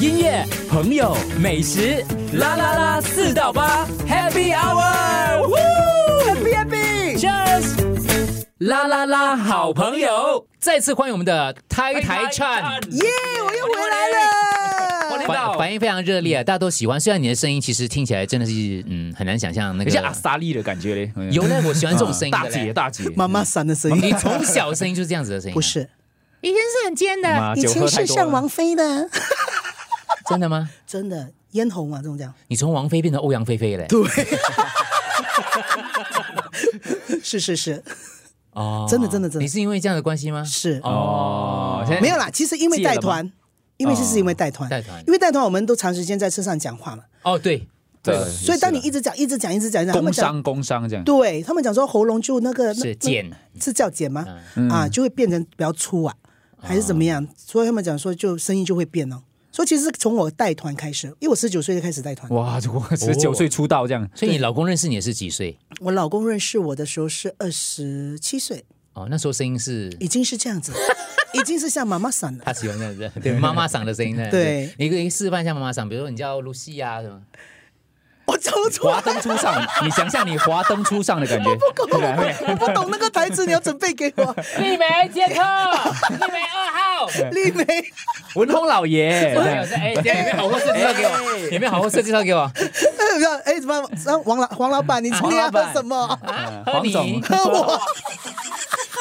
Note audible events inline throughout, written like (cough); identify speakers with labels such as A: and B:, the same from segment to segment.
A: 音乐、朋友、美食，啦啦啦，四到八，Happy Hour，Happy Happy，Cheers，啦啦啦，好朋友，再次欢迎我们的台
B: 哎
A: 台串。哎
C: 耶、我又回来了。
A: 欢迎
B: 反
A: 到
B: 反应非常热烈啊，大家都喜欢。虽然你的声音其实听起来真的是，嗯，很难想象那有个。像阿萨利的感觉嘞，嗯
A: 有嘞，
B: 嗯
A: 我喜欢这种声音
B: 大
A: 的
B: 姐
A: 嘞。
B: 大姐，
C: 妈妈桑的声音
B: 你从小声音就是这样子的声音啊、
C: (laughs) 不是，
A: 以前是很尖的，
B: 妈
C: 以
B: 酒
C: 前
B: 喝太
C: 是
B: 多
C: 像
B: 了
C: 王菲的，
A: 真的吗？
C: 真的嫣红啊，这种讲，
A: 你从王菲变成欧阳菲菲嘞？
C: 是是是
A: 哦
C: 真的真的真的
A: 你是因为这样的关系吗？
C: 是，
B: 哦，现在
C: 没有啦。其实因为
B: 戒了
C: 带
B: 吗哦
C: 团，因为就是因为带团，
A: 带团
C: 因为带团我们都长时间在车上讲话嘛，
A: 哦，对，
B: 对，
C: 所以当你
B: 也是
C: 一直讲、一直讲、一直讲，
B: 啦
C: 他们
B: 工
C: 讲，
B: 伤工伤这样，
C: 对他们讲说喉咙就那个那
A: 是
C: 那
A: 茧
C: 是叫茧吗？
B: 嗯
C: 啊，就会变成比较粗啊，还是怎么
B: 哦
C: 样？所以他们讲说，就声音就会变哦。所以其实是从我带团开始，因为我十九岁就开始带团。
B: 哇，我十九岁出道这样，
A: 所以你老公认识你也是几岁？
C: 我老公认识我的时候是二十七岁，
A: 哦，那时候声音是
C: 已经是这样子了，已经是像妈妈桑了。
A: 他喜欢这样子，对妈妈嗓的声音呢？
C: 对
A: 你可以示范一下妈妈嗓，比如说你叫露西啊什么？
C: 我讲不出
B: 华
C: 来，
B: 灯初上，你想象你华灯初上的感觉，对啊对
C: 我不懂那个台词，你要准备给我。
A: 丽梅杰克，丽梅二号。
C: 丽梅，
B: 文通老爷，
A: 我
B: 这
A: 有
B: 样
A: 是哎，你有没有好好设计到给我？有没有好好设计到给我？
C: 哎，怎么让王老黄老板，你今天
A: 黄老
C: 要喝
A: 板
C: 什么？
A: 啊
B: 黄总
C: 喝我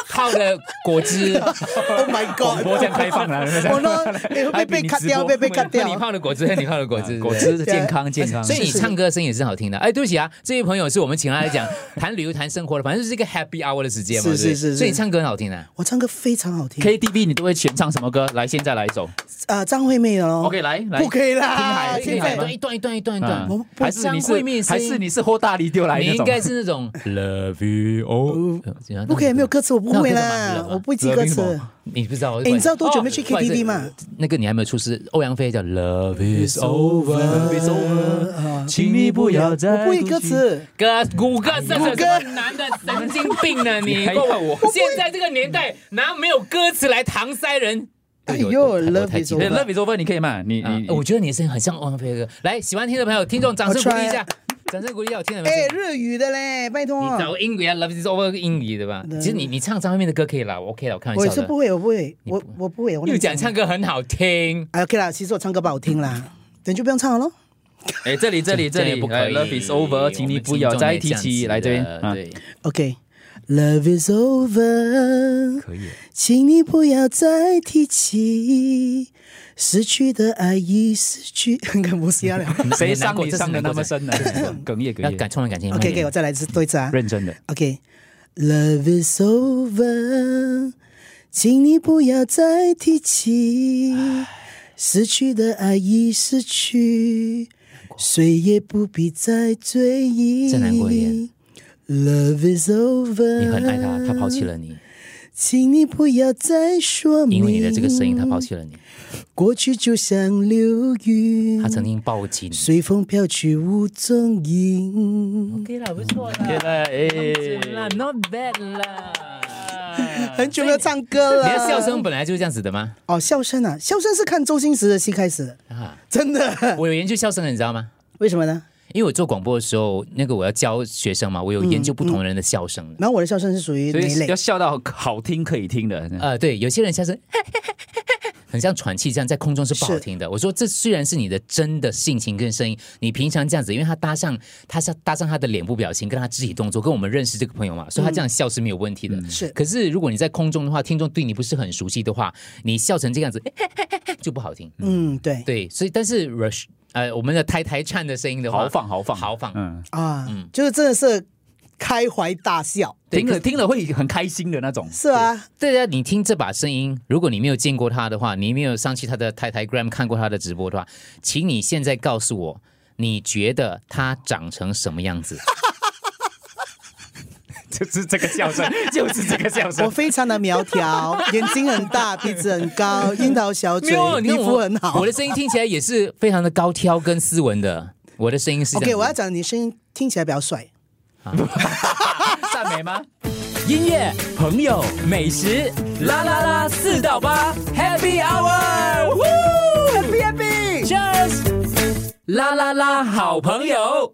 A: 泡的果汁，
C: ！Oh my
B: 广
C: god！
B: 播这样开放
A: (laughs)
B: 了，有没有这样
C: 我呢，哎会被被卡掉，被被卡
A: 喝你
C: 掉。
A: 泡的果汁，喝你泡的果
B: (laughs)
A: 汁，
B: 啊果汁哎健康健康，
A: 所以你唱歌声音也是好听的。哎，对不起啊，这位朋友是我们请他来讲谈旅游、谈生活的，反正就是一个 happy hour 的时间嘛。
C: 是
A: 对不对
C: 是是是
A: 所以你唱歌很好听啊。
C: 我唱歌非常好听，
B: KTV 你都会选唱什么歌？来，现在来一首
C: 呃，张惠妹的喽。
B: ，OK，来来，
C: 不可以啦，
B: 听海
A: 一
B: 听海吗
A: 段一段一段一段一
B: 啊
A: 段，
C: 我
B: 还是你
A: 张惠妹
B: 是
A: 的声
B: 还
A: 音
B: 是你是豁大力丢来
A: 你
B: 那
A: 应
B: 种？
A: 该是那种 love you all，呃
C: 不可以，没有。歌词我不会
A: 那歌
C: 啦
A: 怎么，
C: 我不会记歌词
B: 那歌怎么。
A: 你不知道，哦
C: 哎你知道多久没去
A: 不好意思
C: KTV 吗？
A: 那个你还没有出师，欧阳菲叫 Love is over，is over，请你不要再
C: 我不会歌词，
A: 哥，谷歌是
C: 谷
A: 什
C: 歌
A: 么男的神经病呢？你
B: 还
A: 够
B: 要我
A: 现在这个年代哪没有歌词来搪塞人？
C: 哎呦
A: 对我我
C: love
A: 我太
C: is
A: 激动
B: 对
C: over
B: 哎，Love is over，你可以嘛？你
A: 啊
B: 你
A: 我觉得你的声音很像欧阳菲菲的歌。来，喜欢听的朋友，听众掌声鼓励一下，掌声鼓励一下，我听到没有？
C: 哎，日语的嘞，拜托
A: 你，找英语啊，Love is over 英语对吧？
C: 对
A: 其实你你唱张惠妹的歌可以啦，我 OK 了，我开
C: 我
A: 玩
C: 也
A: 笑
C: 是不
A: 的。
C: 会，我不会，我我不会。我
A: 又
C: 跟你
A: 讲唱歌很好听，
C: 哎，OK 啦，其实我唱歌不好听啦，等就不用唱了咯。
B: 哎，这里这
A: (laughs)
B: 里这
A: 这
B: 里
A: 也不可以。
B: ，Love is over，请你不要再提起。来这边，啊，
A: 对，
C: OK。Love is over，
B: 可以。
C: 请你不要再提起失去的爱已失去， (laughs) 看不是
A: (laughs)
C: 啊要了。
B: 谁伤你伤的那么深呢？哽咽
A: 要
B: 哽
A: 感
B: 咽，
A: 充满感情。
C: OK，给我再来一次，多一次啊。
B: 认真的。
C: OK，Love is over，请你不要再提起，失去的爱已失去，谁也不必再追忆。
A: 真难过一点
C: Love is over，
A: 你很爱他，他抛弃，了你，
C: 请你不要再说明，
A: 因为你的这个声音，他抛弃了你。
C: 过去就像流云，
A: 他曾经抱紧你。
C: 随风飘去无踪影。
A: OK 啦，不错啦
B: 哎，
A: ，Not bad 啦。
C: 很久没有唱歌了，
A: 你的笑声本来就是这样子的吗？
C: 哦，笑声啊，笑声是看周星驰的戏开始的，
A: 啊，
C: 真的？
A: 我有研究笑声的，你知道吗？
C: 为什么呢？
A: 因为我做广播的时候，那个我要教学生嘛，我有研究不同人的笑声的。
C: 然后我的笑声是属于
B: 所
C: 哪
B: 以
C: 类
B: 要？笑到好听可以听的。
A: 呃，对，有些人笑声很像喘气，这样在空中是不好听的。我说这虽然是你的真的性情跟声音，你平常这样子，因为他搭上他是搭上他的脸部表情，跟他肢体动作，跟我们认识这个朋友嘛，所以他这样笑是没有问题的。
C: 是
A: 可是如果你在空中的话，听众对你不是很熟悉的话，你笑成这个样子就不好听。
C: 嗯，对
A: 对，所以但是 rush 呃，我们的台台颤的声音的话，
B: 呃豪放豪放
A: 豪放，
B: 嗯，
C: 啊，就是真的是开怀大笑，
B: 听了听了会很开心的那种。
C: 是啊，
A: 对啊，你听这把声音，如果你没有见过他的话，你没有上去他的台台 gram 看过他的直播的话，请你现在告诉我，你觉得他长成什么样子？
B: (laughs)
A: (laughs)
B: 就是这个笑 (laughs) 声，就是这个笑
C: 我
B: 声。
C: 非常的苗条，眼睛很大，鼻子很高，樱桃小嘴，
A: 你
C: 皮
A: 看我
C: 肤很好
A: 我。的声音听起来也是非常的高挑跟斯文的。我的声音是这
C: OK，
A: 样
C: 我要
A: 子
C: 讲你声音听起来比较帅。
B: 赞美吗？
A: 音乐、朋友、美食，啦啦啦，四到八，Happy Hour，Happy Happy。 Cheers！啦啦啦，好朋友。